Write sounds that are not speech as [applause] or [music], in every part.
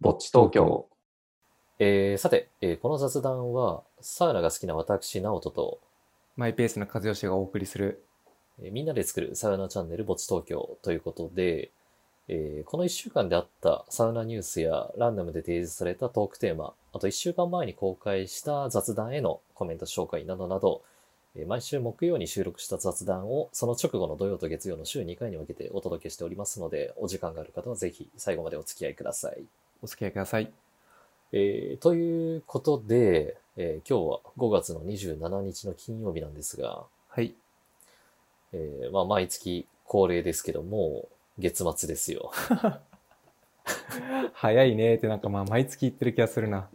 ぼっち東京。えーさて、えーこの雑談は、サウナが好きな私、直人と、マイペースな和義がお送りする。えーみんなで作るサウナチャンネルぼっち東京ということで、えーこの1週間であったサウナニュースやランダムで提示されたトークテーマ、あと1週間前に公開した雑談へのコメント紹介などなど、えー毎週木曜に収録した雑談をその直後の土曜と月曜の週2回に分けてお届けしておりますので、お時間がある方はぜひ最後までお付き合いください。お付き合いください。えーということで、えー今日は5月の27日の金曜日なんですが、はい。 [laughs] えーまあ、毎月恒例ですけども、月末ですよ。 [laughs] 早いねってなんかまあ毎月言ってる気がするな。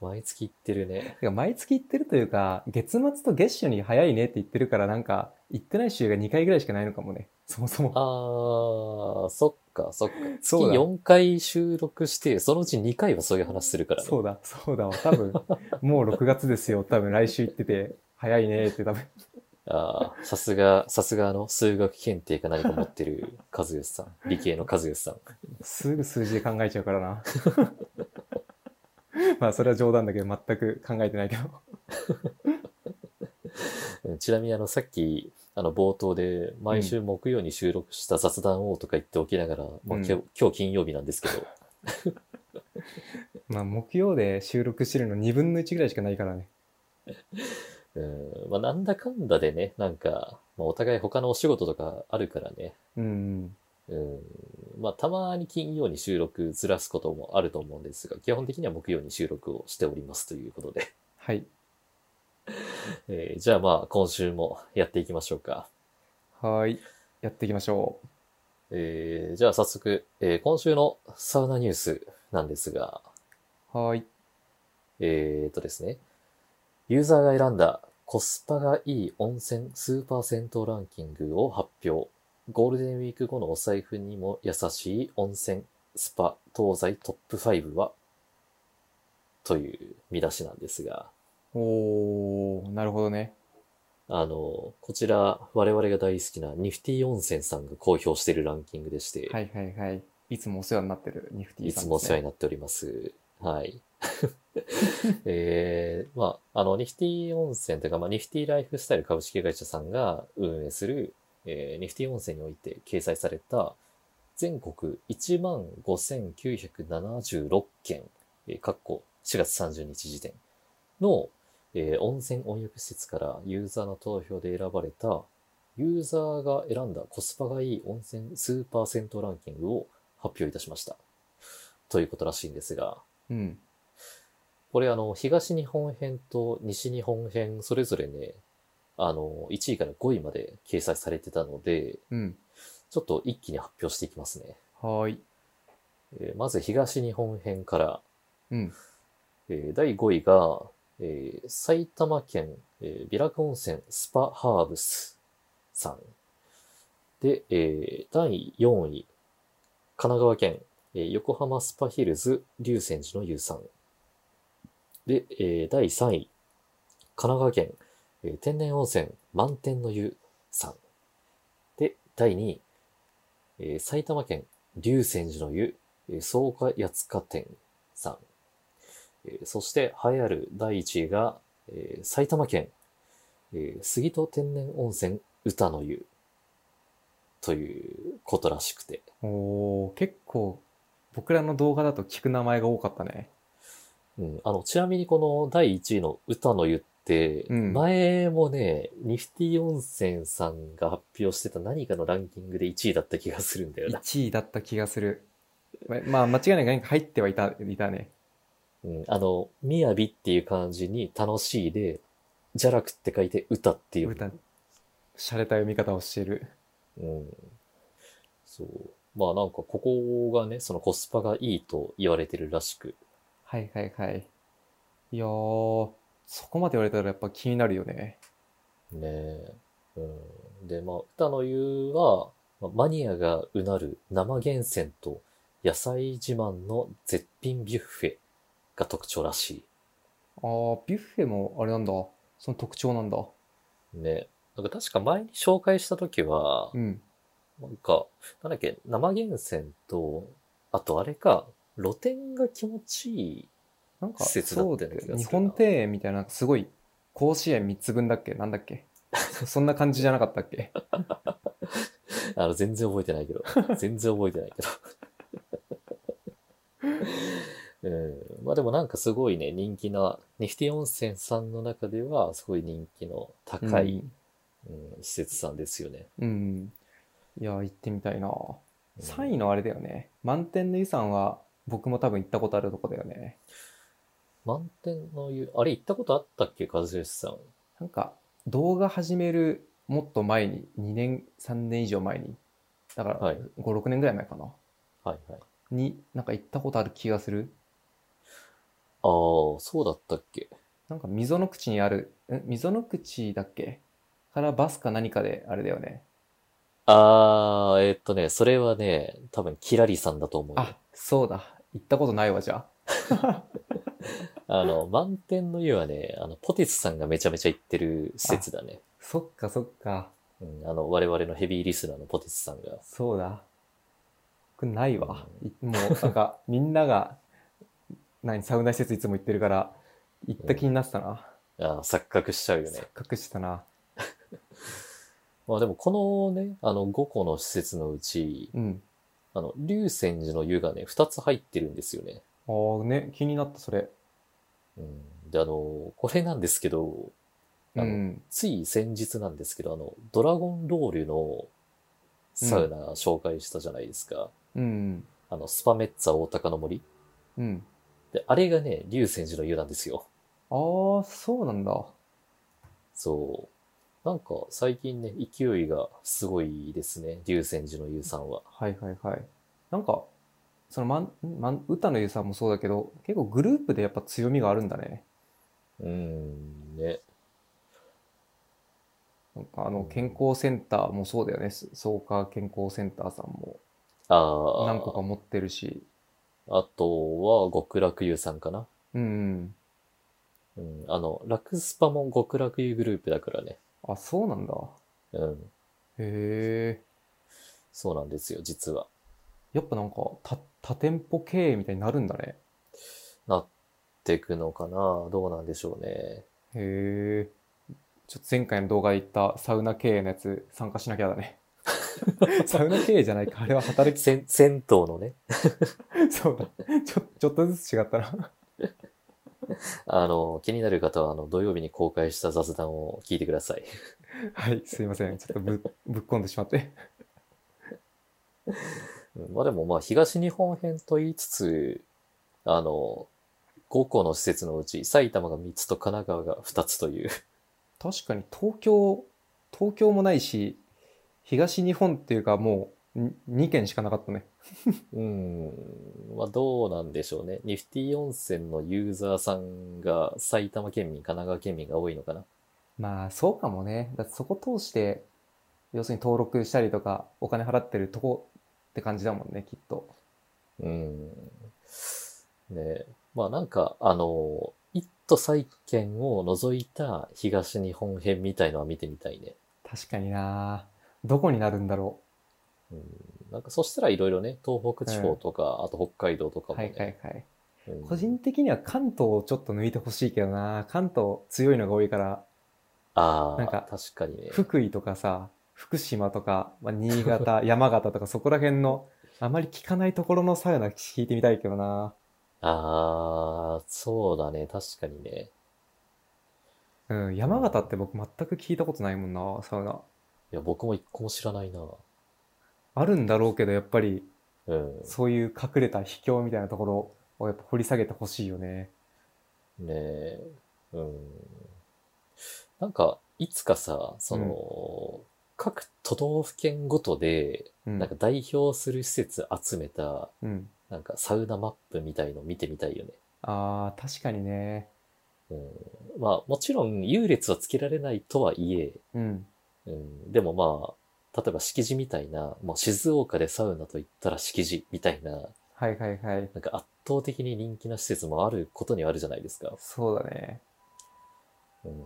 毎月行ってるね。てか毎月言ってるというか、月末と月初に早いねって言ってるからなんか、言ってない週が2回ぐらいしかないのかもね。そもそも。あー、そっか、そっか。月そうだ4回収録して、そのうち2回はそういう話するからね。そうだ、そうだわ。多分、もう6月ですよ。多分来週言ってて、早いねって多分。あーさすが、さすがあの、数学検定か何か持ってる和義さん。理系の和義さん。すぐ数字で考えちゃうからな。 [laughs] まあそれは冗談だけど、全く考えてないけど。うんちなみにあの、さっき、あの、冒頭で、毎週木曜に収録した雑談王とか言っておきながら、まあ、うん今日、今日金曜日なんですけど、まあ木曜で収録してるの2分の1ぐらいしかないからね。うん、まあ、なんだかんだでね、なんか、まあ、お互い他のお仕事とかあるからね、うん。うん、まあ、たまに金曜に収録ずらすこともあると思うんですが、基本的には木曜に収録をしておりますということで、 [laughs] はい。えーじゃあまあ、今週もやっていきましょうか。はーい。やっていきましょう。えーじゃあ早速、えー今週のサウナニュースなんですが、はーい。えー、っとですね。ユーザーが選んだコスパがいい温泉スーパー銭湯ランキングを発表。ゴールデンウィーク後のお財布にも優しい温泉、スパ、東西トップ5はという見出しなんですが、おー、なるほどね。あの、こちら我々が大好きなニフティ温泉さんが公表しているランキングでして、はいはいはい。いつもお世話になってる、ニフティいさつんもおです、世話ね。になっております。はい。えー、まあ、あの、ニフティ温泉というか、まあ、ニフティライフスタイル株式会社さんが運営する、えー、ニフティ温泉において掲載された、全国15,976件、えー、かっこ4月30日時点の、えー温泉温浴施設からユーザーの投票で選ばれた、ユーザーが選んだコスパがいい温泉スーパー銭湯ランキングを発表いたしました。ということらしいんですが、うん。これあの、東日本編と西日本編それぞれね、あの、1位から5位まで掲載されてたので、うん。ちょっと一気に発表していきますね。はーい。えーまず東日本編から、うん。えー第5位が、えー埼玉県、えー、美楽温泉スパハーブスさん。で、えー第4位、神奈川県、えー横浜スパヒルズ竜泉寺の湯さん。で、えー第3位、神奈川県、えー天然温泉満天の湯さん。で、第2位、えー埼玉県竜泉寺の湯、えー草加八塚店さん。えーそして、栄えある第1位が、えー埼玉県、えー杉戸天然温泉歌の湯ということらしくて。おー、結構、僕らの動画だと聞く名前が多かったね。うん、あのちなみにこの第1位の歌の湯って、うん前もね、ニフティ温泉さんが発表してた何かのランキングで1位だった気がするんだよな。 1位だった気がする。ままあ、間違いなく何か入ってはいた、いたね。うん、あの、みやびっていう感じに楽しいで、じゃらくって書いて歌っていう。歌、洒落た読み方をしている。うん。そう。まあなんかここがね、そのコスパがいいと言われてるらしく。はいはいはい。いやー、そこまで言われたらやっぱ気になるよね。ねえ。うん。で、まあ、歌の湯は、まあマニアがうなる生源泉と野菜自慢の絶品ビュッフェが特徴らしあー、ビュッフェもあれなんだ。その特徴なんだ。い。ね。なんか確か前に紹介した時はう、ん。なんか、なんだっけ、生源泉と、あとあれか、露天が気持ちいい。なんか、施設だそうっただような気がする日な本庭園みたいな、なんかすごい、甲子園3つ分だっけなんだっけ [laughs] そそんな感じじゃなかったっけあの、全然覚えてないけど。全然覚えてないけど。 [laughs] うん、まあでもなんかすごいね、人気な、ニフティ温泉さんの中では、すごい人気の高い、うん施設さんですよね。うん。うん。いや、行ってみたいな。うん3位のあれだよね。満点の湯さんは、僕も多分行ったことあるとこだよね。満点の湯、あれ行ったことあったっけ和義さん。なんか、動画始めるもっと前に、2年、3年以上前に、だから、はい5、6年ぐらい前かな。はいはい。に、なんか行ったことある気がする。ああ、そうだったっけなんか溝の口にある、ん溝の口だっけからバスか何かであれだよね。ああ、えっとね、それはね、多分キラリさんだと思うよ。あ、そうだ。行ったことないわ、じゃあの、満点の湯はね、あの、ポテスさんがめちゃめちゃ行ってる施設だねあ。。そっかそっか。うん、あの、我々のヘビーリスナーのポテスさんが。そうだ。これないわ。いもう、なん [laughs] か、みんなが、何、サウナ施設いつも行ってるから、行った気になってたな。あー錯覚しちゃうよね錯。覚してたな。まあでもこのね、あの5個の施設のうち、うん。あの、龍泉寺の湯がね、2つ入ってるんですよね。ああ、ね、気になった、それ。うん。で、あの、これなんですけど、あうのん。つい先日なんですけど、あの、ドラゴンロールのサウナ紹介したじゃないですか。うん。あの、スパメッツァ大高の森。うん。で、あれがね、竜泉寺の湯なんですよ。ああ、そうなんだ。そう。なんか、最近ね、勢いがすごいですね。竜泉寺の湯さんは。はいはいはい。なんか、そのまん、まん、歌のゆさんもそうだけど、結構グループでやっぱ強みがあるんだね。うーん、ね。なんかあのうん、健康センターもそうだよね。そ創価健康センターさんもああ。何個か持ってるし。あとは、極楽湯さんかな。うんうん。うん。あの、楽スパも極楽湯グループだからね。あ、そうなんだ。うん。へえ。そうなんですよ、実は。やっぱなんか、た、多店舗経営みたいになるんだね。なってくのかなどうなんでしょうね。へえ。ちょっと前回の動画で言ったサウナ経営のやつ参加しなきゃだ [laughs] ね。サウナ経営じゃないか。あれは働き、せん銭湯のね、そうだ。ちょ、ちょっとずつ違ったな。あの、気になる方は、あの、土曜日に公開した雑談を聞いてください。はい、すいません。ちょっとぶぶっこんでしまって。うんまあでもまあ東日本編と言いつつ、あの、5個の施設のうち埼玉が3つと神奈川が2つという。確かに東京、東京もないし、東日本っていうかもうに2軒しかなかったね。うん。まあどうなんでしょうね。ニフティ温泉のユーザーさんが埼玉県民、神奈川県民が多いのかな。まあそうかもね。だってそこ通して、要するに登録したりとか、お金払ってるとこって感じだもんね、きっと。うん。ねえまあなんか、あの、一都再建を除いた東日本編みたいのは見てみたいね。確かになどこになるんだろうん、なんかそしたらいろいろね、東北地方とか、あと北海道とう。かもはいね。はいはい。うん個人的には関東をちょっと抜いてほしいけどな関東強いのが多いから、ああ、なんか確かにね。福井とかさ、福島とか、まあ、新 [laughs] 潟、山形とかそこら辺の、あまり聞かないところのサウナ聞いてみたいけどな。ああ、そうだね。確かにね。うん、山形って僕全く聞いたことないもんな、サウナ。いや、僕も一個も知らないな。あるんだろうけど、やっぱり、うん。そういう隠れた秘境みたいなところをやっぱ掘り下げてほしいよね。ねえ。うん。なんか、いつかさ、その、各都道府県ごとで、うん。なんか代表する施設集めた、うん。なんかサウナマップみたいの見てみたいよね。ああ、確かにね。うん。まあ、もちろん優劣はつけられないとはいえ、うん。うん、でもまあ、例えば敷地みたいな、もう静岡でサウナと言ったら敷地みたいな、はいはいはい。なんか圧倒的に人気な施設もあることにはあるじゃないですか。そうだね。うん、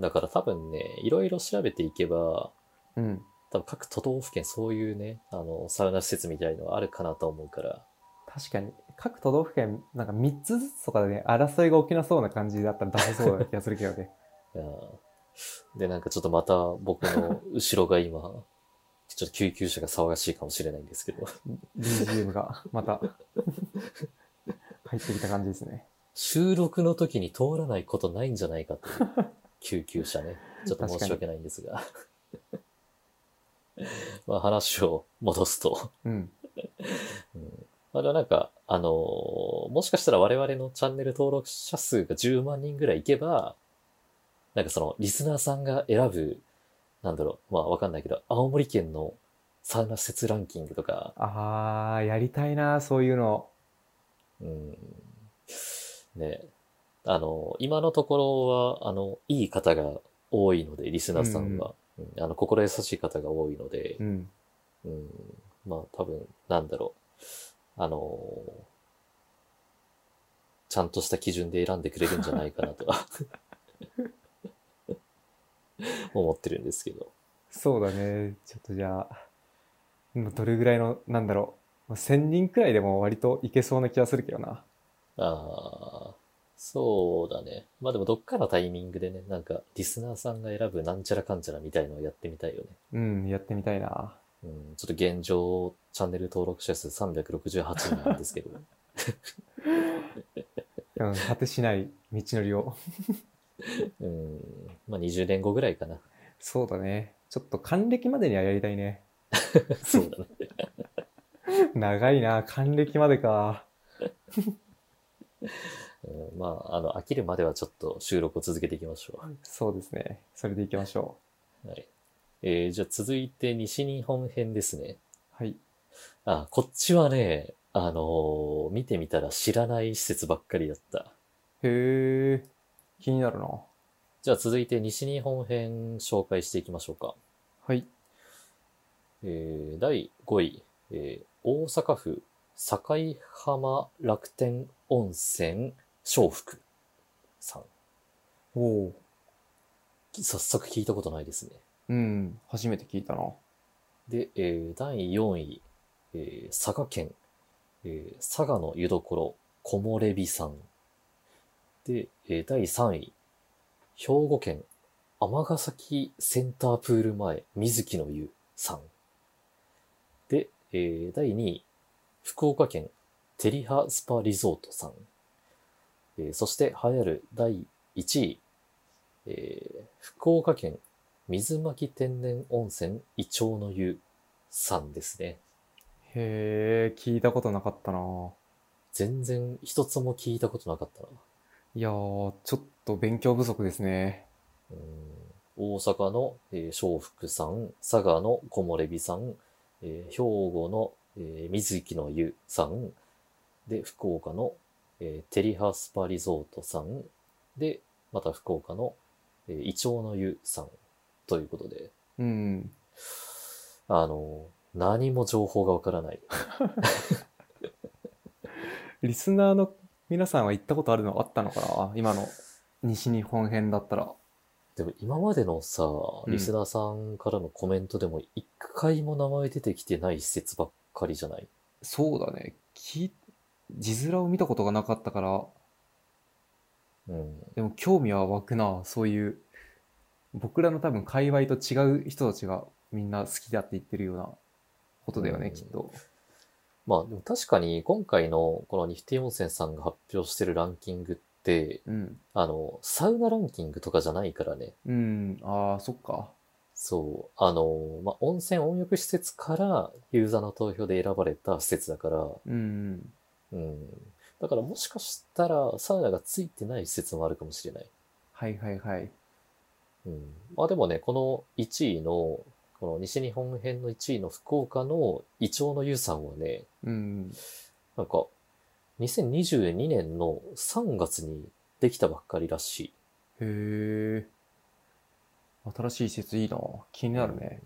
だから多分ね、いろいろ調べていけば、うん。多分各都道府県そういうね、あの、サウナ施設みたいのはあるかなと思うから、確かに。各都道府県、なんか3つずつとかでね、争いが起きなそうな感じだったら出せそうな気がするけどね。いやーで、なんかちょっとまた僕の後ろが今、 [laughs] ちょっと救急車が騒がしいかもしれないんですけど、 BGM がまた入ってきた感じですね。収録の時に通らないことないんじゃないかという救急車ね。ちょっと申し訳ないんですが。 [laughs] まあ話を戻すと。うん。まあでもなんか、あのーもしかしたら我々のチャンネル登録者数が10万人ぐらいいけば、なんかそのリスナーさんが選ぶ、なんだろう、まあわかんないけど、青森県のサウナ施設ランキングとか、あー、やりたいな、そういうの。うんね、あの、今のところは、あの、いい方が多いので、リスナーさんは、うんあの、心優しい方が多いのでう、ん。うん、まあ、多分、なんだろう、あの、ちゃんとした基準で選んでくれるんじゃないかなとは、 [laughs] 思ってるんですけど。そうだね。ちょっとじゃあ、もうどれぐらいの、なんだろう。もう1000人くらいでも割といけそうな気がするけどな。ああ、そうだね。まあでも、どっかのタイミングでね、なんか、リスナーさんが選ぶなんちゃらかんちゃらみたいのをやってみたいよね。うん、やってみたいな。うん、ちょっと現状、チャンネル登録者数368人なんですけ [laughs] ど、うん、果てしない道のりを。うん、まあ20年後ぐらいかな。そうだね。ちょっと還暦までにはやりたいね。そうだね。長いな、還暦までか。うん、まあ、あの、飽きるまではちょっと収録を続けていきましょそうですね。それでいきましょう。はい。えーじゃあ続いて西日本編ですね。う。はい。あ、こっちはね、あのー見てみたら知らない施設ばっかりだった。へえ、気になるな。じゃあ続いて西日本編紹介していきましょうか。はい。えー第5位、えー大阪府堺浜楽天温泉笑福さん。おお。早速聞いたことないですね。うん、初めて聞いたな。で、えー第4位、えー佐賀県、えー佐賀の湯どころ、木漏れ日さん。で、えー第3位、兵庫県、尼崎センタープール前、水木の湯さん。で、えー第2位、福岡県、テリハスパリゾートさん。えーそして、流行る第1位、えー福岡県、水巻天然温泉イチョウの湯さんですね。へえ、聞いたことなかったな。全然一つも聞いたことなかったな。いやー、ちょっと勉強不足ですね。うん大阪の、えー、笑福さん、佐賀の木漏れ日さん、えー兵庫の、えー水木の湯さん、で、福岡の、えーテリハスパリゾートさん、で、また福岡の、えー、イチョウの湯さん、ということで、うん。あのー何も情報がわからない。リスナーの皆さんは行ったことあるのあったのかな今の西日本編だったら。でも今までのさ、んリスナーさんからのコメントでも一回も名前出てきてない施設ばっかりじゃないそうだね。き、字面を見たことがなかったから、うん。でも興味は湧くな。そういう、僕らの多分界隈と違う人たちがみんな好きだって言ってるようなことだよね、うんきっと。まあでも確かに今回のこのニフティ温泉さんが発表してるランキングって、うん。あの、サウナランキングとかじゃないからね。うん。ああ、そっか。そう。あの、まあ、温泉温浴施設からユーザーの投票で選ばれた施設だから、うん。うん。だからもしかしたらサウナがついてない施設もあるかもしれない。はいはいはい。うんまあでもね、この1位の、この西日本編の1位の福岡のイチョウの湯さんはね、うん。なんか、2022年の3月にできたばっかりらしい。へえ。新しい施設いいな。気になるね。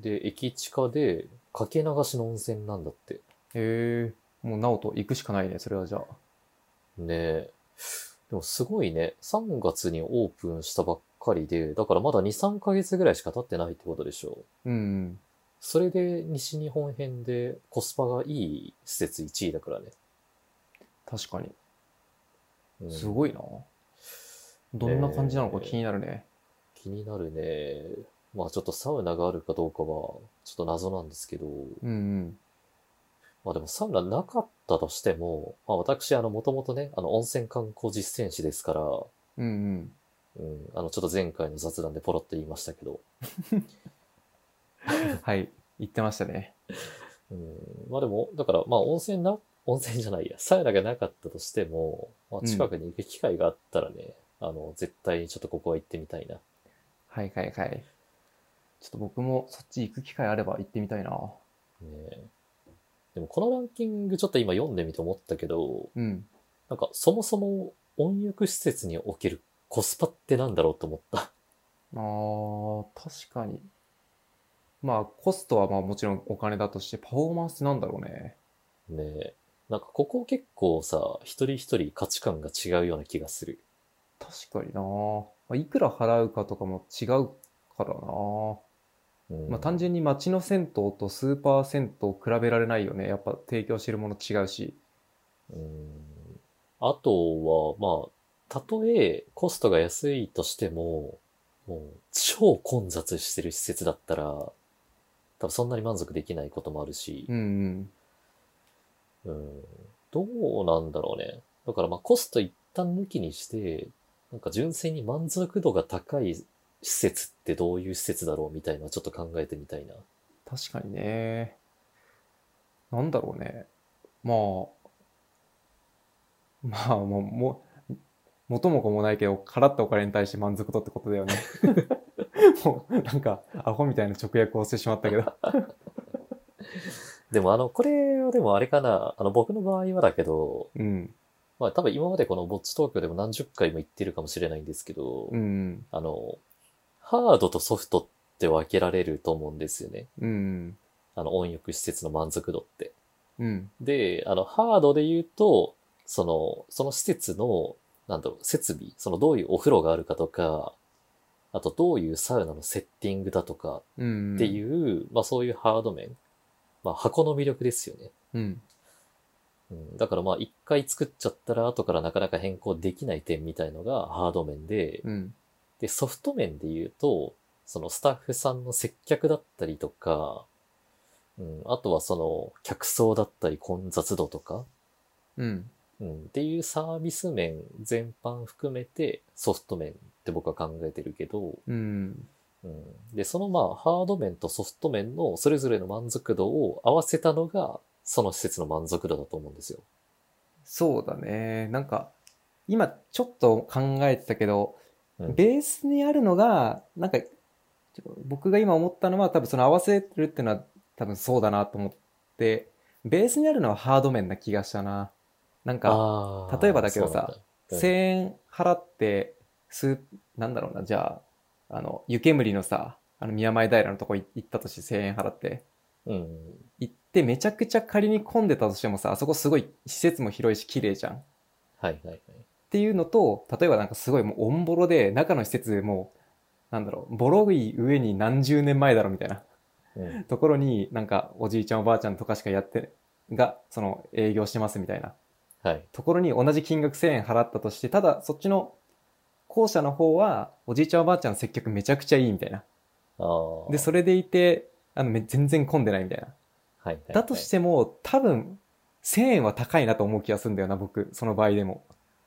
で、駅地下で、かけ流しの温泉なんだって。へえ。もう、なおと行くしかないね、それはじゃあ。ねえ。でもすごいね、3月にオープンしたばっかりで、だからまだ2、3ヶ月ぐらいしか経ってないってことでしょう。うん。それで西日本編でコスパがいい施設1位だからね。確かに。うんすごいな。どんな感じなのかえー気になるね。気になるね。まあちょっとサウナがあるかどうかは、ちょっと謎なんですけど、うんうん。まあでもサウナなかったとしても、まあ私、あの、もともとね、あの、温泉観光実践士ですから、うんうん。うん、あの、ちょっと前回の雑談でポロって言いましたけど、はい。言ってましたね。うん、まあでも、だから、まあ温泉な、温泉じゃないや、サウナがなかったとしても、まあ近くに行く機会があったらね、あの、絶対にちょっとここは行ってみたいな。はいはいはい。ちょっと僕もそっち行く機会あれば行ってみたいな。ねえでもこのランキングちょっと今読んでみて思ったけど、うん。なんかそもそも温浴施設におけるコスパってなんだろうと思った。 [laughs] あー、確かに。まあ、コストはまあもちろんお金だとして、パフォーマンスなんだろうね。ねえなんかここ結構さ、一人一人価値観が違うような気がする。確かにな。まあ、いくら払うかとかも違うからな。うんまあ、単純に街の銭湯とスーパー銭湯を比べられないよね。やっぱ提供してるもの違うし。うんあとは、まあ、たとえコストが安いとしても、もう超混雑してる施設だったら、多分そんなに満足できないこともあるし、うんうん。うんどうなんだろうね。だからまあコスト一旦抜きにして、なんか純粋に満足度が高い施設ってどういう施設だろうみたいなちょっと考えてみたいな。確かにね。なんだろうね。まあ、まあ、もう、も、元も子もないけど、払ったお金に対して満足度ってことだ [laughs] よね。もう、なんか、アホみたいな直訳をしてしまったけど。でもあの、これはでもあれかな。あの僕の場合はだけど、うん。まあ多分今までこのぼっち東京でも何十回も言ってるかもしれないんですけど、うん。あの、ハードとソフトって分けられると思うんですよね。うん。あの温浴施設の満足度って。うん。で、あの、ハードで言うと、その、その施設の、なんだろう、設備、そのどういうお風呂があるかとか、あとどういうサウナのセッティングだとかうん。っていう、まあそういうハード面。まあ箱の魅力ですよね。うん。うん、だからまあ一回作っちゃったら後からなかなか変更できない点みたいのがハード面で、うん。で、ソフト面で言うと、そのスタッフさんの接客だったりとか、うん、あとはその客層だったり混雑度とか、うん。うん、っていうサービス面全般含めてソフト面って僕は考えてるけど、うん。うん、で、そのまあハード面とソフト面のそれぞれの満足度を合わせたのがその施設の満足度だと思うんですよ。そうだね。なんか、今ちょっと考えてたけど、うんベースにあるのが、なんか、ちょ僕が今思ったのは、多分その合わせるっていうのは、多分そうだなと思って、ベースにあるのはハード面な気がしたな。なんか、あー例えばだけどさ、そう1000円払って、す、なんだろうな、じゃあ、あの、湯煙のさ、あの、宮前平のとこ行行ったとして1000円払って、なんだうん。行ってめちゃくちゃ仮に混んでたとしてもさ、あそこすごい施設も広いし綺麗じゃん。はいはいはい。っていうのと、例えばなんかすごいもうオンボロで、中の施設でもう、なんだろう、ボロい上に何十年前だろみたいなうん、ところに、なんかおじいちゃんおばあちゃんとかしかやって、が、その営業してますみたいなはい。ところに同じ金額1000円払ったとして、ただそっちの校舎の方は、おじいちゃんおばあちゃんの接客めちゃくちゃいいみたいな。あーで、それでいて、あの、め全然混んでないみたいな。はいはいはい、だとしても、多分、1000円は高いなと思う気がするんだよな、僕、その場合でも。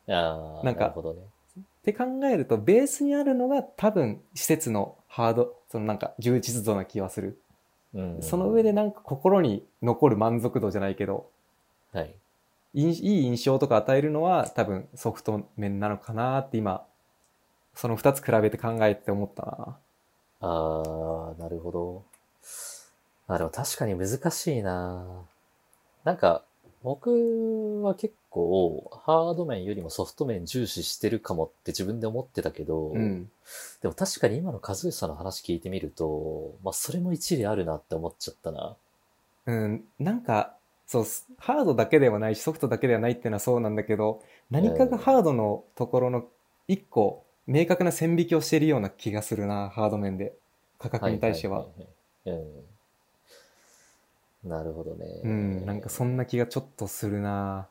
あーなんかなるほどね。って考えるとベースにあるのが多分施設のハードそのなんか充実度な気はする、うん、その上でなんか心に残る満足度じゃないけどはい。いいいい印象とか与えるのは多分ソフト面なのかなって今その2つ比べて考えて思ったなああ、なるほど。あ、でも確かに難しいな。なんか、僕は結構、ハード面よりもソフト面重視してるかもって自分で思ってたけど、うんでも確かに今の和義さんの話聞いてみると、まあ、それも一理あるなって思っちゃったな。うんなんかそうハードだけではないしソフトだけではないっていうのはそうなんだけど何かがハードのところの1個明確な線引きをしているような気がするなハード面で価格に対しては。いいはいうん。なるほどね。うん、なんかそんな気がちょっとするな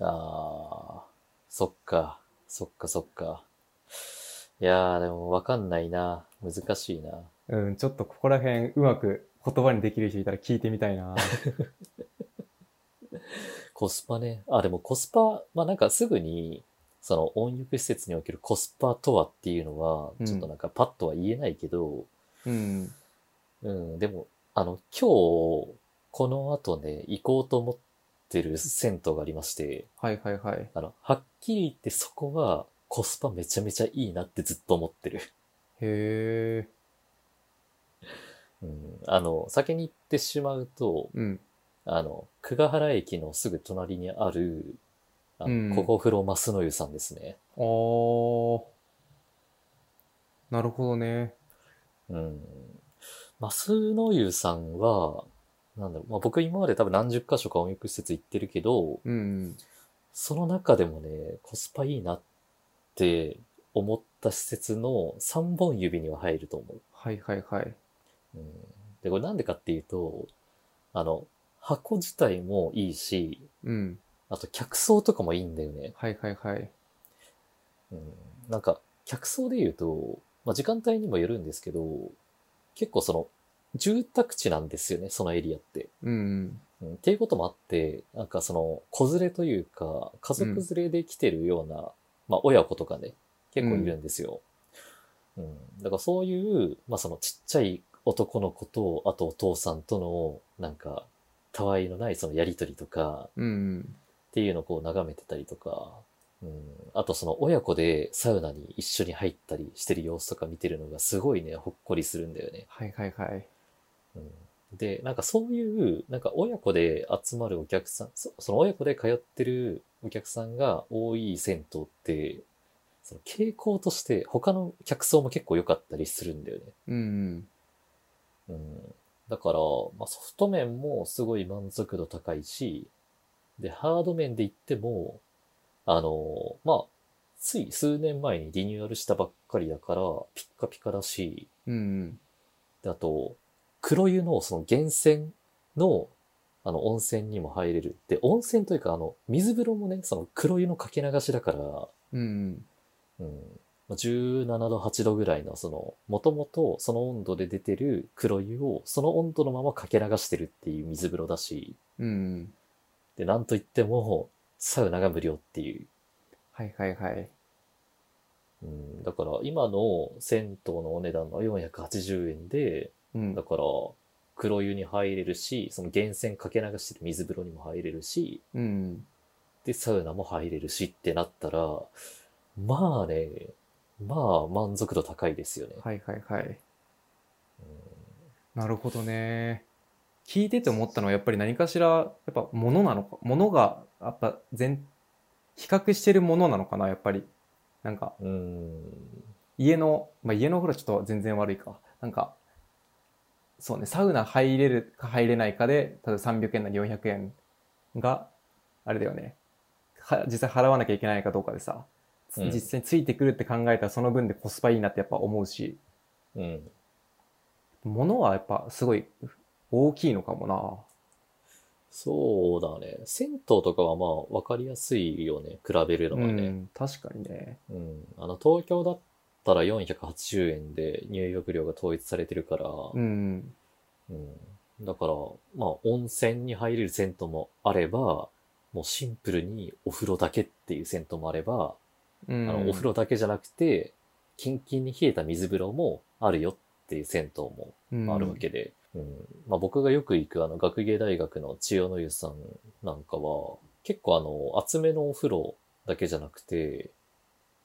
ああ、そっか、そっかそっか。いやー、でもわかんないな。難しいな。うん、ちょっとここら辺うまく言葉にできる人いたら聞いてみたいな。コスパね。あ、でもコスパ、まあなんかすぐに、その温浴施設におけるコスパとはっていうのはう、んちょっとなんかパッとは言えないけど、うん。うん、でも、あの、今日、この後ね、行こうと思ってる銭湯がありまして、はいはいはい。あの、はっきり言ってそこはコスパめちゃめちゃいいなってずっと思ってる。へえ。うん、あの、先に行ってしまうと、うん。あの、久我原駅のすぐ隣にある、あうんの、ここ風呂マスの湯さんですね。あー。なるほどね。うん。マスの湯さんは、なんだろう、まあ、僕今まで多分何十箇所か温浴施設行ってるけど、うん。その中でもね、コスパいいなって思った施設の3本指には入ると思う。はいはいはい。うんで、これなんでかっていうと、あの、箱自体もいいし、うん。あと客層とかもいいんだよね。はいはいはい。うん、なんか、客層で言うと、まあ、時間帯にもよるんですけど、結構その、住宅地なんですよね、そのエリアって。うん。うん、っていうこともあって、なんかその、子連れというか、家族連れで来てるような、まあ親子とかね、結構いるんですよ。うん。だからそういう、まあそのちっちゃい男の子と、あとお父さんとの、なんか、たわいのないそのやりとりとか、うん。っていうのをこう眺めてたりとか、うん。あとその親子でサウナに一緒に入ったりしてる様子とか見てるのがすごいね、ほっこりするんだよね。はいはいはい。うんで、なんかそういう、なんか親子で集まるお客さん、そその親子で通ってるお客さんが多い銭湯って、その傾向として他の客層も結構良かったりするんだよね。うん。うん。だから、まあ、ソフト面もすごい満足度高いし、で、ハード面で言っても、あの、まあ、つい数年前にリニューアルしたばっかりだから、ピッカピカだし、うん。で、あと、黒湯のその源泉の、あの、温泉にも入れる。で、温泉というか、あの、水風呂もね、その黒湯のかけ流しだから、うん。うん、まあ17度、8度ぐらいの、その、もともとその温度で出てる黒湯を、その温度のままかけ流してるっていう水風呂だし、うん。で、なんといっても、サウナが無料っていう。はいはいはい。うん、だから、今の銭湯のお値段が480円で、うんだ。から、黒湯に入れるし、その源泉かけ流してる水風呂にも入れるし、うん。で、サウナも入れるしってなったら、まあね、まあ満足度高いですよね。はいはいはい。なるほどね。聞いてて思ったのはやっぱり何かしら、やっぱものなのか、ものが、やっぱ全、比較してるものなのかな、やっぱり。なんか、うん。家の、まあ、家のお風呂ちょっと全然悪いか。なんか、そうね、サウナ入れるか入れないかで、例えば300円なり400円が、あれだよね。は実際払わなきゃいけないかどうかでさ、つうん実際についてくるって考えたらその分でコスパいいなってやっぱ思うし、うん。物はやっぱすごい大きいのかもな。そうだね。銭湯とかはまあ分かりやすいよね。比べるのうはね。ん、確かにね。うん。あの、東京だったら480円で入浴料が統一されてるから、うん、うんだから、まあ、温泉に入れる銭湯もあれば、もうシンプルにお風呂だけっていう銭湯もあれば、うん、あの、お風呂だけじゃなくて、キンキンに冷えた水風呂もあるよっていう銭湯も呂あるわけで、うんまあ、僕がよく行くあの、学芸大学の千代の湯さんなんかは、結構あの、厚めのお風呂だけじゃなくて、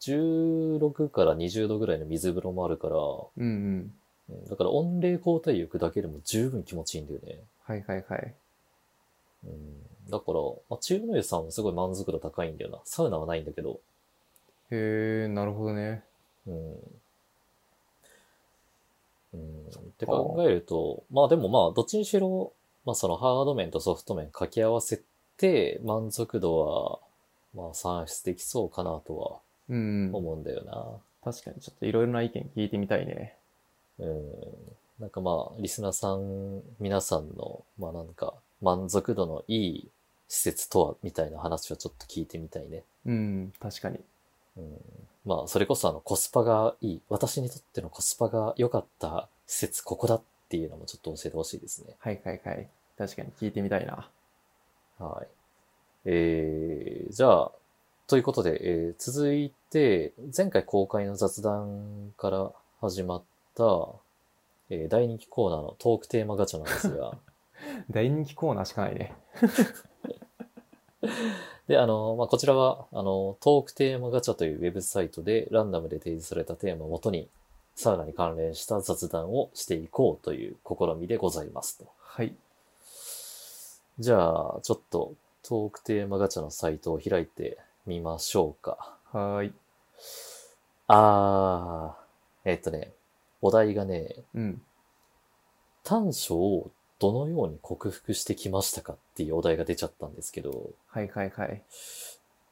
16から20度ぐらいの水風呂もあるから、うん、うん、うんだから温冷交代浴だけでも十分気持ちいいんだよね。はいはいはい。うん、だから、まあ、千代の湯さんはすごい満足度高いんだよな。サウナはないんだけど。へえ、なるほどね。うん。うん、って考えると、まあでもまあ、どっちにしろ、まあそのハード面とソフト面掛け合わせて、満足度は、まあ算出できそうかなとはうん、思うんだよな。確かにちょっといろいろな意見聞いてみたいね。うん。なんかまあ、リスナーさん、皆さんの、まあなんか、満足度のいい施設とはみたいな話をちょっと聞いてみたいね。うん、確かに。うん、まあ、それこそあのコスパがいい、私にとってのコスパが良かった施設ここだっていうのもちょっと教えてほしいですね。はいはいはい。確かに聞いてみたいな。はい。えー、じゃあ、ということで、えー続いて、前回公開の雑談から始まった、えー大人気コーナーのトークテーマガチャなんですが、大人気コーナーしかないね。で、あの、まあ、こちらは、あの、トークテーマガチャというウェブサイトでランダムで提示されたテーマをもとに、サウナに関連した雑談をしていこうという試みでございますと。はい。じゃあ、ちょっとトークテーマガチャのサイトを開いてみましょうか。はーい。あー、えっとね、お題がね、うん。短所をどのように克服してきましたかっていうお題が出ちゃったんですけど、はいはいはい。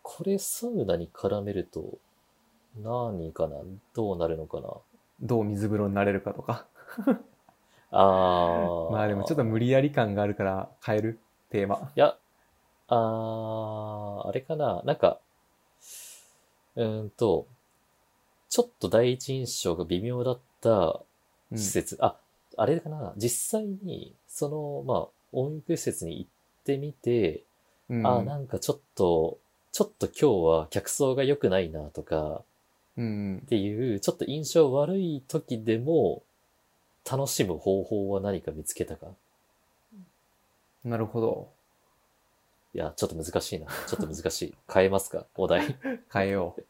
これサウナに絡めると、何かなどうなるのかなどう水風呂になれるかとか。あー。まあでもちょっと無理。理やり感があるから変えるテーマ。いや、あー、あれかななんか、うーんと、ちょっと第一印象が微妙だったうん施設、あ、あれかな実際に、その、まあ、温浴施設に行ってみて、うんあーなんかちょっと、ちょっと今日は客層が良くないなとか、うんっ。ていう、ちょっと印象悪い時でも、楽しむ方法は何か見つけたかなるほど。いや、ちょっと難しいな。ちょっと難しい。 [laughs] 変えますかお題。変えよう。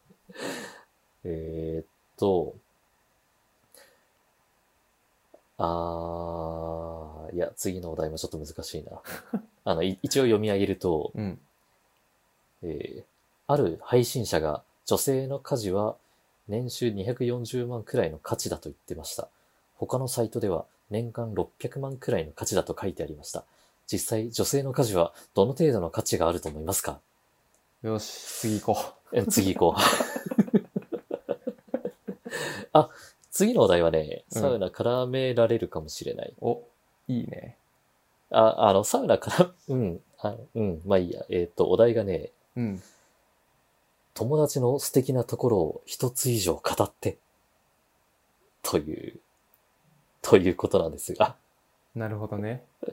えーっと、あー、いや、次のお題もちょっと難しいな。あの、い一応読み上げると、うん。えーある配信者が女性の家事は年収240万くらいの価値だと言ってました。他のサイトでは年間600万くらいの価値だと書いてありました。実際、女性の家事はどの程度の価値があると思いますかよし、次行こえ次行こう。あ、次のお題はね、うんサウナ絡められるかもしれない。う。お、いいね。あ、あの、サウナから、うん、あうん、まあいいや。えっ、と、お題がね、うん。友達の素敵なところを一つ以上語って、という、ということなんですが、なるほどね。あ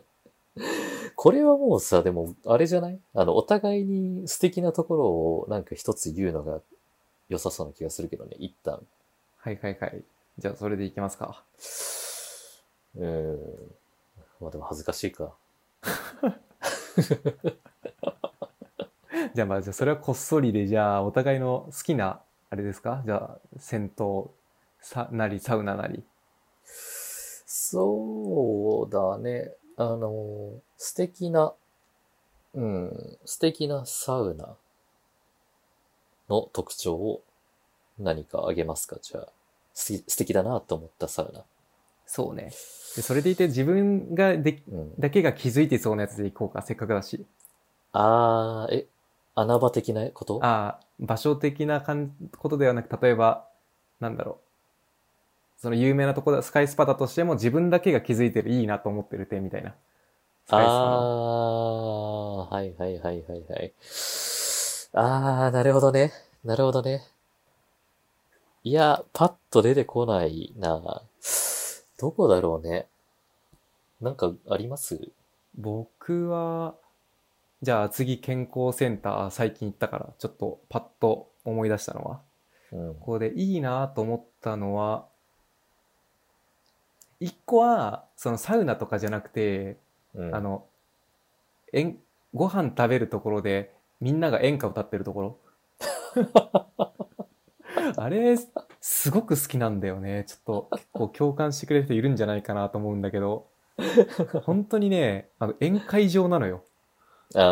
これはもうさ、でも、あれじゃないあの、お互いに素敵なところをなんか一つ言うのが良さそうな気がするけどね、一旦。はいはいはい。じゃあそれでいきますか。うーん。まあでも恥ずかしいか。じゃあまあ、じゃあそれはこっそりで、じゃあお互いの好きな、あれですかじゃあ、銭湯さなり、サウナなり。そうだね。あの、素敵な、うん、素敵なサウナの特徴を何かあげますかじゃあ、す素敵だなと思ったサウナ。そうね。でそれでいて自分ができ、うん。だけが気づいてそうなやつでいこうか、せっかくだし。あー、え、穴場的なことああ、場所的なかんことではなく、例えば、なんだろう。その有名なとこだ、スカイスパだとしても自分だけが気づいてるいいなと思ってる点みたいな。スカイスパのあー、はいはいはいはいはい。あー、なるほどね。なるほどね。いや、パッと出てこないな。どこだろうね。なんかあります僕は、じゃあ次健康センター最近行ったから、ちょっとパッと思い出したのは。うん。ここでいいなと思ったのは、一個は、そのサウナとかじゃなくて、うん、あの、えん、ご飯食べるところで、みんなが演歌歌ってるとこ [laughs] ろ。あれ、すごく好きなんだよね。ちょっと、結構共感してくれる人いるんじゃないかなと思うんだけど、本当にね、あの、宴会場なのよ。あー、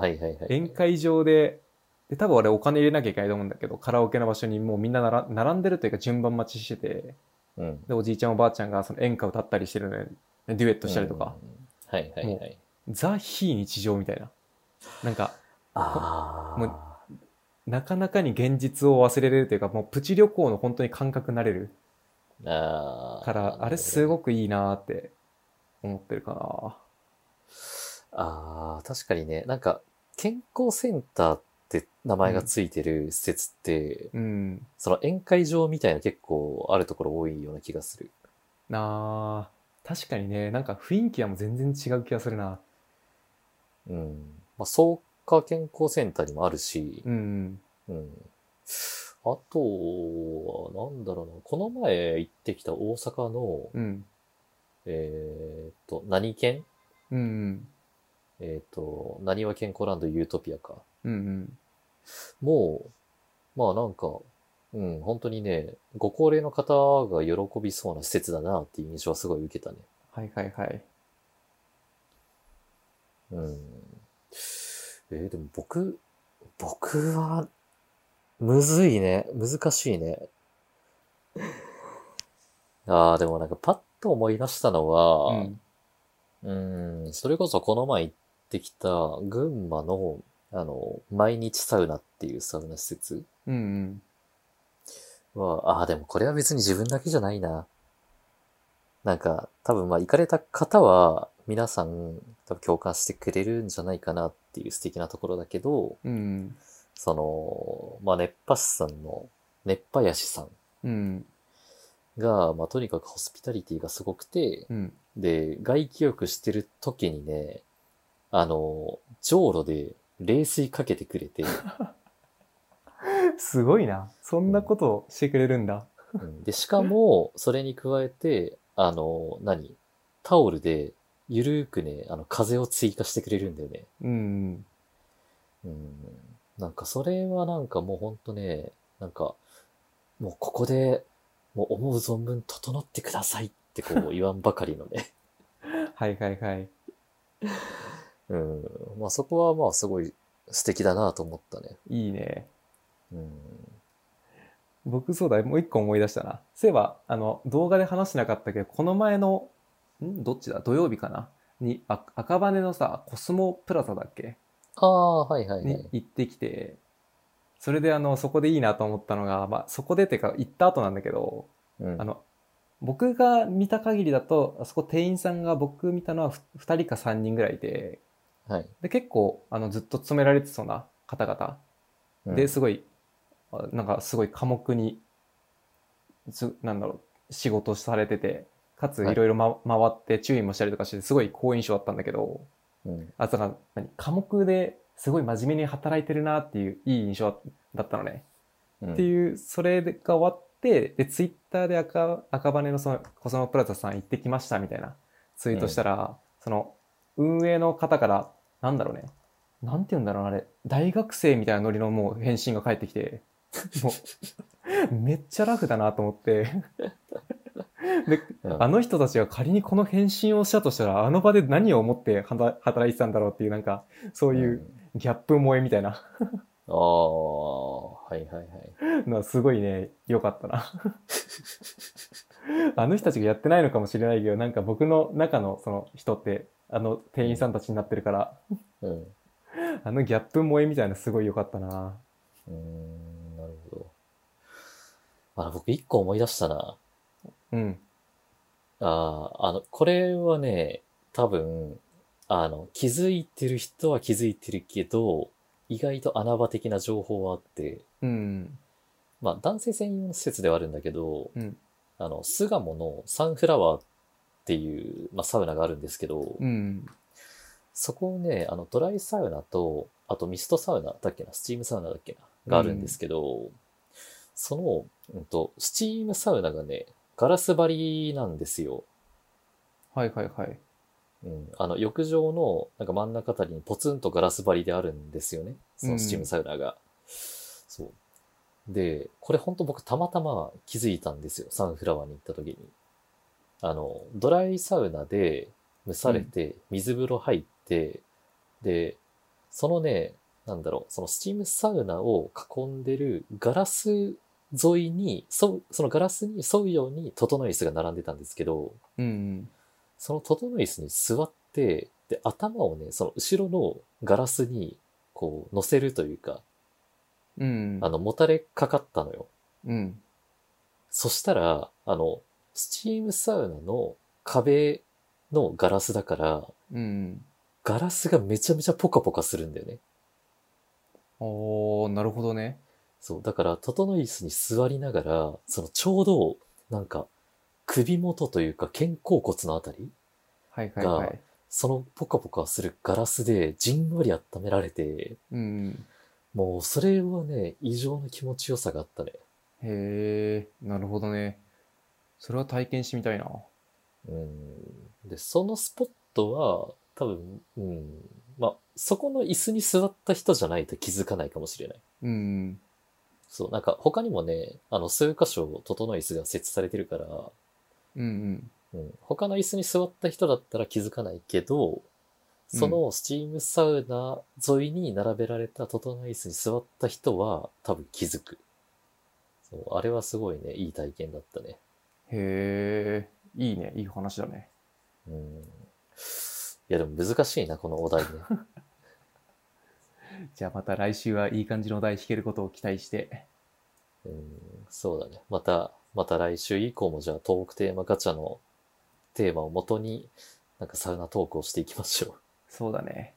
はいはいはい。宴会場で、で、多分俺お金入れなきゃいけないと思うんだけど、カラオケの場所にもうみんななら並んでるというか順番待ちしてて、うん。で、おじいちゃんおばあちゃんがその演歌歌ったりしてるのよ。デュエットしたりとか。うん。はいはいはい。ザ・非日常みたいな。なんか、あー。もうなかなかに現実を忘れれるというか、もうプチ旅行の本当に感覚になれるあーから、あれすごくいいなーって思ってるかああ、確かにね、なんか、健康センターって名前がついてる施設って、うん。その宴会場みたいな結構あるところ多いような気がする。なあ、確かにね、なんか雰囲気はもう全然違う気がするな。うん。まあ、創価健康センターにもあるし、うん。うん。あとは、なんだろうな、この前行ってきた大阪の、うん。えーっと、何県うんうん。えーっと、何は健康ランドユートピアか。うんうん。もう、まあなんか、うん、本当にね、ご高齢の方が喜びそうな施設だなっていう印象はすごい受けたね。はいはいはい。うん。えーでも僕、僕は、むずいね。難し [laughs] いね。ああ、でもなんかパッと思い出したのうは、ん。うん、それこそこの前行ってきた群馬の、あの、毎日サウナっていうサウナ施設うんうん。は、ああ、でもこれは別に自分だけじゃないな。なんか、多分まあ行かれた方は、皆さん多分共感してくれるんじゃないかなっていう素敵なところだけど、うんその、まあ、熱波師さんの、熱波屋師さんうん。うんが、まあ、とにかくホスピタリティがすごくて、うん。で、外気浴してる時にね、あの、じょうろで冷水かけてくれて、すごいな。そんなことをしてくれるんだ。うんで、しかも、それに加えて、あの、何タオルで、ゆるーくね、あの、風を追加してくれるんだよね。うんうん。なんか、それはなんかもうほんとね、なんか、もうここで、もう思う存分整ってくださいってこ [laughs] う言わんばかりのね。うん。はいはいはい。うん。まあそこはまあすごい素敵だなと思ったね。いいね。うん。僕そうだ、もう一個思い出したな。そういえば、あの、動画で話してなかったけど、この前の、んどっちだ土曜日かなに、あ赤羽のさ、コスモプラザだっけああ、はいはいはにい。行ってきて、それであの、そこでいいなと思ったのが、まあ、そこでってか、行った後なんだけど、うんあ。の、僕が見た限りだと、あそこ店員さんが僕見たのは2人か3人ぐらいで、はい。で、結構、あの、ずっと勤められてそうな方々うんで、すごい、あなんかすごい寡黙に、すなんだろう、仕事されてて、かつはいいろいろま回って注意もしたりとかして、すごい好印象だったんだけど、うん。あ、だから、何寡黙ですごい真面目に働いてるなっていう、いい印象だったのね。うんっていう、それが終わって、で、ツイッターで赤赤羽のそのコスモプラザさん行ってきましたみたいなツイートしたら、その、運営の方から、なんだろうね、なんて言うんだろうなあれ、大学生みたいなノリのもう返信が返ってきて、もう、めっちゃラフだなと思って、で、うんあの人たちが仮にこの返信をしたとしたら、あの場で何を思って働働いてたんだろうっていう、なんか、そういうんギャップ萌えみたいなああ、はいはいはい。のはすごいね、良かったな。 [laughs] あの人たちがやってないのかもしれないけど、なんか僕の中のその人って、あの店員さんたちになってるから、うん。うあのギャップ萌えみたいなすごい良かったな。ーん、なるほど。あの、僕一個思い出したな。うん。ああ、あの、これはね、多分、あの、気づいてる人は気づいてるけど、意外と穴場的な情報はあって、うん。まあ、男性専用の施設ではあるんだけど、うん。あの、巣鴨のサンフラワーっていう、まあ、サウナがあるんですけど、うん。そこをね、あの、ドライサウナと、あとミストサウナだっけな、スチームサウナだっけな、があるんですけど、その、うんと、スチームサウナがね、ガラス張りなんですよ。はいはいはい。うん、あの浴場のなんか真ん中あたりにポツンとガラス張りであるんですよね。そのスチームサウナが。そう。で、これほんと僕たまたま気づいたんですよ。サンフラワーに行った時に。あの、ドライサウナで蒸されて、水風呂入って、で、そのね、なんだろう、そのスチームサウナを囲んでるガラス沿いに、そうそのガラスに沿うように整い椅子が並んでたんですけど、うん。その整い椅子に座って、で、頭をね、その後ろのガラスに、こう、乗せるというか、うん。あの、もたれかかったのよ。うん。そしたら、あの、スチームサウナの壁のガラスだから、うん。ガラスがめちゃめちゃポカポカするんだよね。おー、なるほどね。そう、だから、トトノイスに座りながら、そのちょうど、なんか、首元というか肩甲骨のあたり、はいはいはい。そのポカポカするガラスでじんわり温められて、うん。もうそれはね、異常な気持ちよさがあったね。へー、なるほどね。それは体験してみたいな。うん。で、そのスポットは、多分、うん。まあ、そこの椅子に座った人じゃないと気づかないかもしれない。うん。そう、なんか他にもね、あの、数箇所、整い椅子が設置されてるから、うんうん。うん、他の椅子に座った人だったら気づかないけど、そのスチームサウナ沿いに並べられた整い椅子に座った人は多分気づく。そう、あれはすごいね、いい体験だったね。へー、いいね。いい話だね。うん。いやでも難しいな、このお題ね。じゃあまた来週はいい感じの題弾けることを期待して。うん、そうだね。また、また来週以降もじゃあトークテーマガチャのテーマをもとに、なんかサウナトークをしていきましょう。 [laughs] そうだね。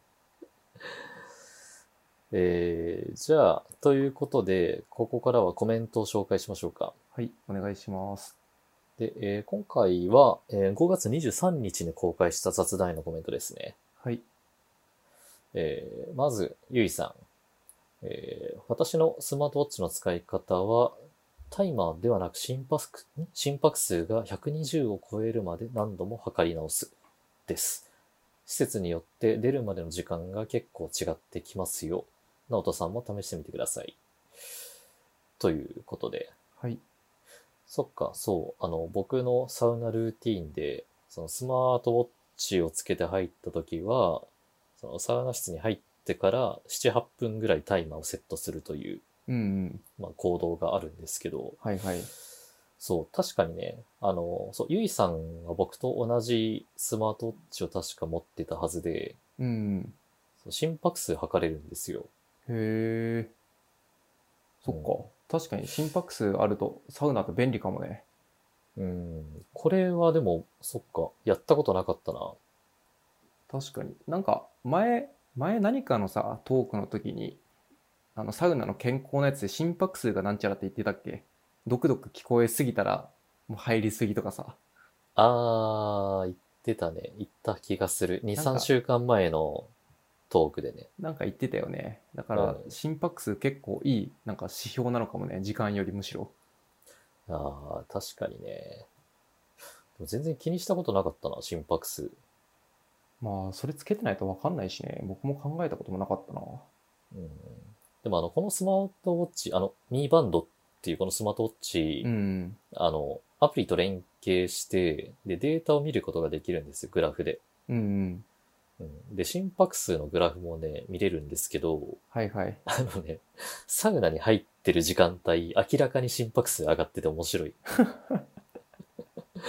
えー、じゃあ、ということで、ここからはコメントを紹介しましょうか。はい、お願いします。で、えー今回は、えー5月23日に公開した雑談へのコメントですね。はい。えーまず、ゆいさん、えー私のスマートウォッチの使い方は、タイマーではなく心拍数ん心拍数が120を超えるまで何度も測り直す。です。施設によって出るまでの時間が結構違ってきますよ。直人さんも試してみてください。ということで。はい。そっか、そう。あの、僕のサウナルーティーンで、そのスマートウォッチをつけて入った時は、そのサウナ室に入ってから7、8分ぐらいタイマーをセットするという、うんうん。まあ、行動があるんですけど、はいはい。そう、確かにね、あの、そう、ゆいさんは僕と同じスマートウォッチを確か持ってたはずで、うんうん。そう心拍数測れるんですよ。へえ。そっか。確かに心拍数あるとサウナって便利かもね。うん、これはでも、そっか、やったことなかったな。確かに。なんか前、前何かのさ、トークの時に、あのサウナの健康なやつで心拍数がなんちゃらって言ってたっけドクドク聞こえすぎたら、もう入りすぎとかさ。あー、言ってたね。言った気がする。2、なんか3週間前のトークでね。なんか言ってたよね。だからうん心拍数結構いい、なんか指標なのかもね。時間よりむしろ。あー、確かにね。でも全然気にしたことなかったな、心拍数。まあ、それつけてないと分かんないしね。僕も考えたこともなかったな。うん、でもあの、このスマートウォッチ、あの、ミーバンドっていうこのスマートウォッチ、うん。あの、アプリと連携して、で、データを見ることができるんですよ、グラフで。うんうん。うん、で、心拍数のグラフもね、見れるんですけど、はいはい。あのね、サウナに入ってる時間帯、明らかに心拍数上がってて面白い。 [laughs]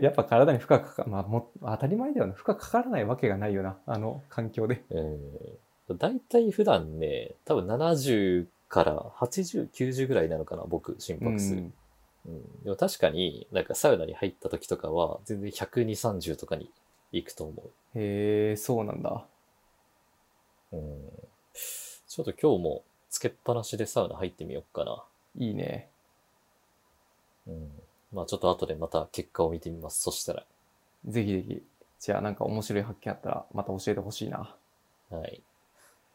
やっぱ体に負荷かか、まあも、当たり前だよな。負荷かからないわけがないよな。あの環境で。うん。だいたい普段ね、多分70から80、90ぐらいなのかな、僕、心拍数。ううんんでも確かに、なんかサウナに入った時とかは、全然120、30とかに行くと思へえ、そうなんだ。う。うん。ちょっと今日もつけっぱなしでサウナ入ってみようかな。いいね。うん。まあちょっと後でまた結果を見てみます。そしたら。ぜひぜひ。じゃあなんか面白い発見あったらまた教えてほしいな。はい。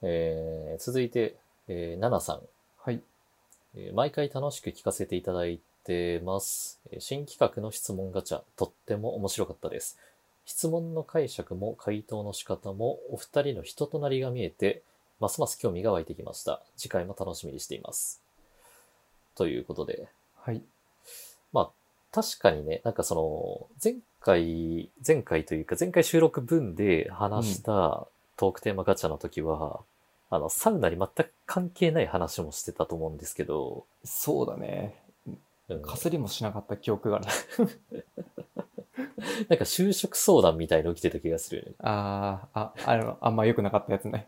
えー、続いて、えー、ナナさん。はい。えー毎回楽しく聞かせていただいてます。えー新企画の質問ガチャ、とっても面白かったです。質問の解釈も回答の仕方もお二人の人となりが見えて、ますます興味が湧いてきました。次回も楽しみにしています。ということで、はい。確かにね、なんかその、前回、前回というか、前回収録分で話したトークテーマガチャの時は、あの、サウナに全く関係ない話もしてたと思うんですけど、そうだね。うんかすりもしなかった記憶がある。なんか就職相談みたいの来てた気がするよね。 [laughs] あーあ、あの、あんま良くなかったやつね。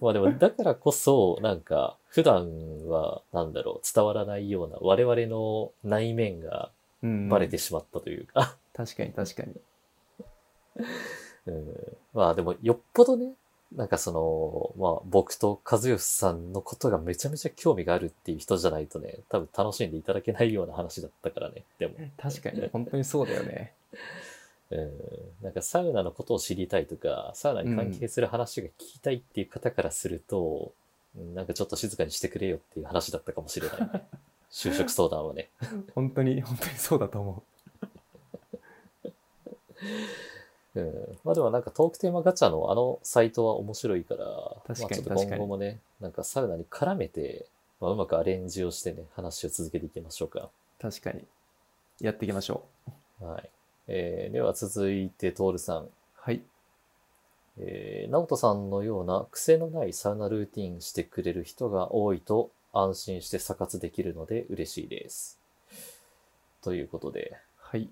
まあでも、だからこそ、なんか、普段は、なんだろう、伝わらないような我々の内面がうん。バレてしまったというか、 [laughs] 確かに確かに。うんまあでも、よっぽどね、なんかその、まあ僕と和義さんのことがめちゃめちゃ興味があるっていう人じゃないとね、多分楽しんでいただけないような話だったからね、でも。確かに、本当にそうだよね。うん、なんかサウナのことを知りたいとか、サウナに関係する話が聞きたいっていう方からすると、うんなんかちょっと静かにしてくれよっていう話だったかもしれ [laughs] ないね。就職相談はね。本当に、本当にそうだと思うん、まあでもなんかトークテーマガチャのあのサイトは面白いから、確かにまあちょっ確とか今に後もね、なんかサウナに絡めて、まあ、うまくアレンジをしてね、話を続けていきましょうか。う。確かに。やっていきましょう。はい。えーでは続いて、トールさん。はい。えー、直人さんのような癖のないサウナルーティンしてくれる人が多いと安心してサ活できるので嬉しいです。ということで、はい。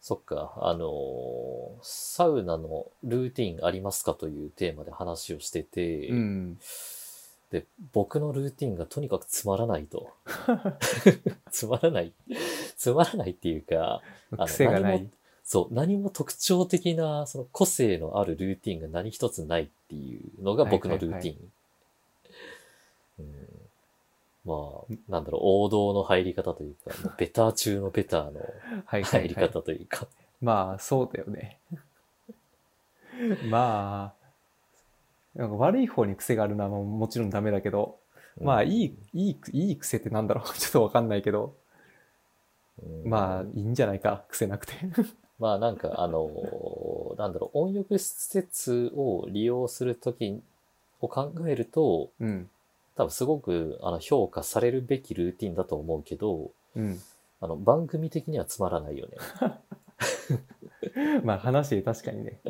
そっか、あのーサウナのルーティンありますかというテーマで話をしてて、うん。で、僕のルーティンがとにかくつまらない [laughs] と。つまらない。つまらないっていうか、の癖がな何い。そう、何も特徴的な、その個性のあるルーティンが何一つないっていうのが僕のルーティン。うん、まあ、なんだろう、王道の入り方というか、 [laughs] もうベター中のベターのはいは入いりはい。方というか、まあ、そうだよね。 [laughs] まあ、なんか悪い方に癖があるのはもうもちろんダメだけど、 [laughs] まあ、うんいい、いい、いい癖ってなんだろう [laughs] ちょっとわかんないけど、うんまあ、いいんじゃないか。癖なくて。 [laughs] まあなんかあのーなんだろう、温浴施設を利用するときを考えると、うん。多分すごくあの評価されるべきルーティンだと思うけど、うん。あの番組的にはつまらないよね。 [laughs] まあ、話、確かにね。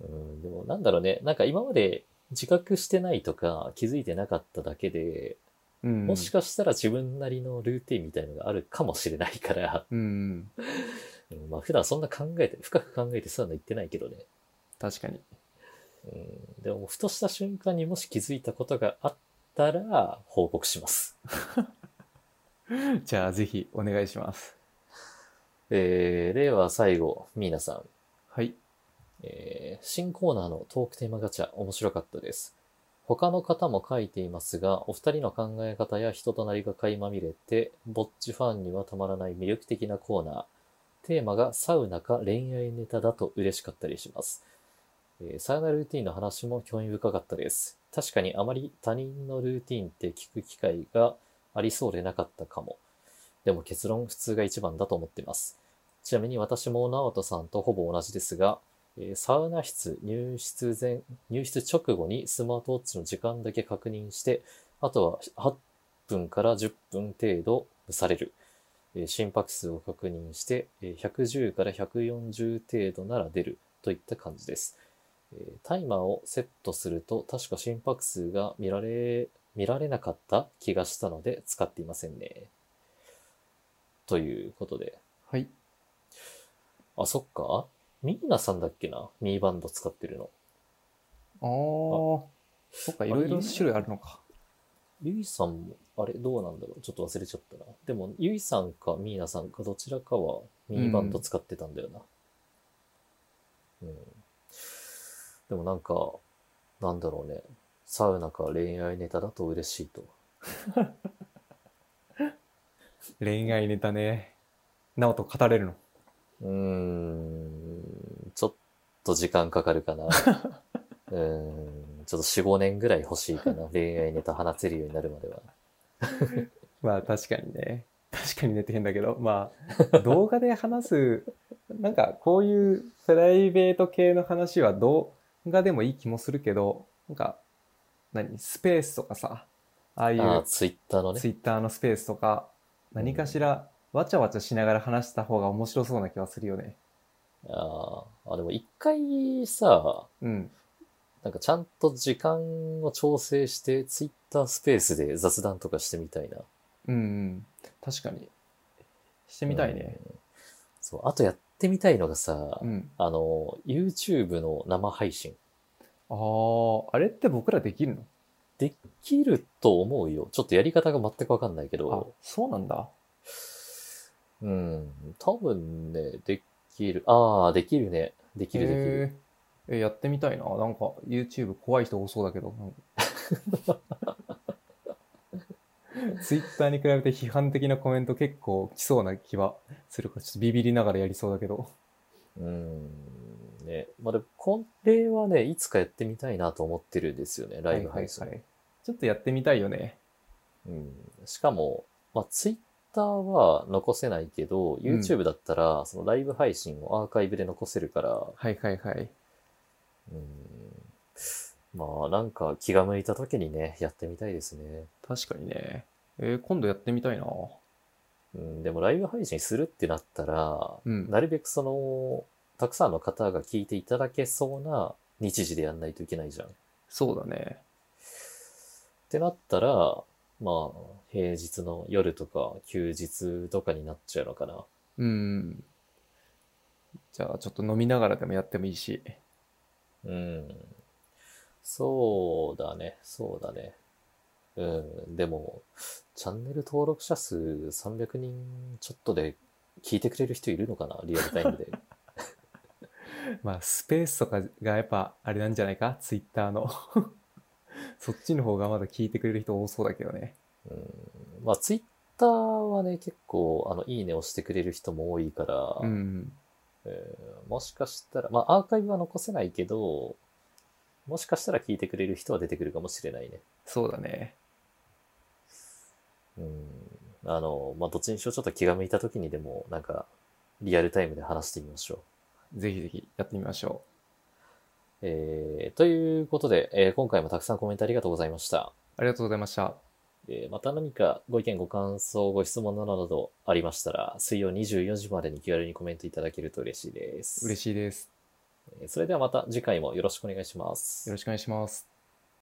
うん、でもなんだろうね、なんか今まで自覚してないとか気づいてなかっただけで、うん。もしかしたら自分なりのルーティンみたいのがあるかもしれないから、 [laughs] うん。うん、まあ普段そんな考えて、深く考えてそういうの言ってないけどね。確かに。うん、でもふとした瞬間にもし気づいたことがあったら報告します。じゃあ、ぜひ、お願いします。えー、では最後、ミーナさん。はい。えー新コーナーのトークテーマガチャ面白かったです。他の方も書いていますが、お二人の考え方や人となりが垣間見れて、ぼっちファンにはたまらない魅力的なコーナー。テーマがサウナか恋愛ネタだと嬉しかったりします。えーサウナルーティンの話も興味深かったです。確かにあまり他人のルーティンって聞く機会がありそうでなかったかも。でも結論普通が一番だと思っています。ちなみに私も直人さんとほぼ同じですが、えーサウナ室入室前、入室直後にスマートウォッチの時間だけ確認して、あとは8分から10分程度蒸される。えー心拍数を確認して、えー110から140程度なら出るといった感じです。えータイマーをセットすると確か心拍数が見られ、見られなかった気がしたので使っていませんね。ということで。はい。あ、そっか。ミーナさんだっけなミーバンド使ってるの。ああ、そっか、いろいろ種類あるのか。ゆいさんも、あれどうなんだろうちょっと忘れちゃったな。でも、ゆいさんかミーナさんかどちらかはミーバンド使ってたんだよな。うん。でもなんか、なんだろうね。サウナか恋愛ネタだと嬉しいと。恋愛ネタね。なおと語れるの。うーん、ちょっと時間かかるか [laughs] な。うーん、ちょっと4、5年ぐらい欲しいかな。恋愛ネタ話せるようになるまでは。まあ確かにね。確かにねって変だけど、ま [laughs] あ動画で話す、なんかこういうプライベート系の話は動画でもいい気もするけど、なんか、何スペースとかさ、ああいああ、うツイッターのねツ。イッターのスペースとか、何かしらわちゃわちゃしながら話した方が面白そうな気はするよね。あーあ、でも一回さ、うん。なんかちゃんと時間を調整して、ツイッタースペースで雑談とかしてみたいな。うん、うん。確かに。してみたいね。うんそう、あとやってみたいのがさ、うん。あの、YouTube の生配信。ああ、あれって僕らできるのできると思うよ。ちょっとやり方が全くわかんないけあど、、そうなんだ。うん、多分ね、できる。ああ、できるね。できるできる。へえ、やってみたいな。なんか YouTube 怖い人多そうだけど。Twitter に比べて批判的なコメント結構来そうな気はするから、ちょっとビビりながらやりそうだけど。うーん。ね。まあ、でも、これはね、いつかやってみたいなと思ってるんですよね、ライブ配信。はいはいはい。ちょっとやってみたいよね。うん。しかも、まあ、ツイッターは残せないけど、YouTube だったら、そのライブ配信をアーカイブで残せるから、はいはいはい。うん。まあ、なんか気が向いた時にね、やってみたいですね。確かにね。えー今度やってみたいな。うん、でもライブ配信するってなったら、うんなるべくその、たくさんの方が聞いていただけそうな日時でやんないといけないじゃん。っそうだね。てなったら、まあ、平日の夜とか休日とかになっちゃうのかな。うん。じゃあちょっと飲みながらでもやってもいいし。 [laughs] うん。そうだね、そうだね。うん、でも、チャンネル登録者数300人ちょっとで聞いてくれる人いるのかなリアルタイ [laughs] ムで。まあスペースとかがやっぱあれなんじゃないかツイッターの。 [laughs] そっちの方がまだ聞いてくれる人多そうだけどね。うんまあ、ツイッターはね、結構、あの、いいねをしてくれる人も多いから、うん。えーもしかしたら、まあ、アーカイブは残せないけど、もしかしたら聞いてくれる人は出てくるかもしれないね。そうだね。うん。あの、まあ、どっちにしろちょっと気が向いた時にでも、なんか、リアルタイムで話してみましょう。ぜひぜひやってみましょえーということで、えー今回もたくさんコメントありがとうございました。う。ありがとうございました。えーまた何かご意見、ご感想、ご質問などなどありましたら、水曜24時までに気軽にコメントいただけると嬉しいです。嬉しいです。えーそれではまた次回もよろしくお願いしますよ。ろしくお願いします。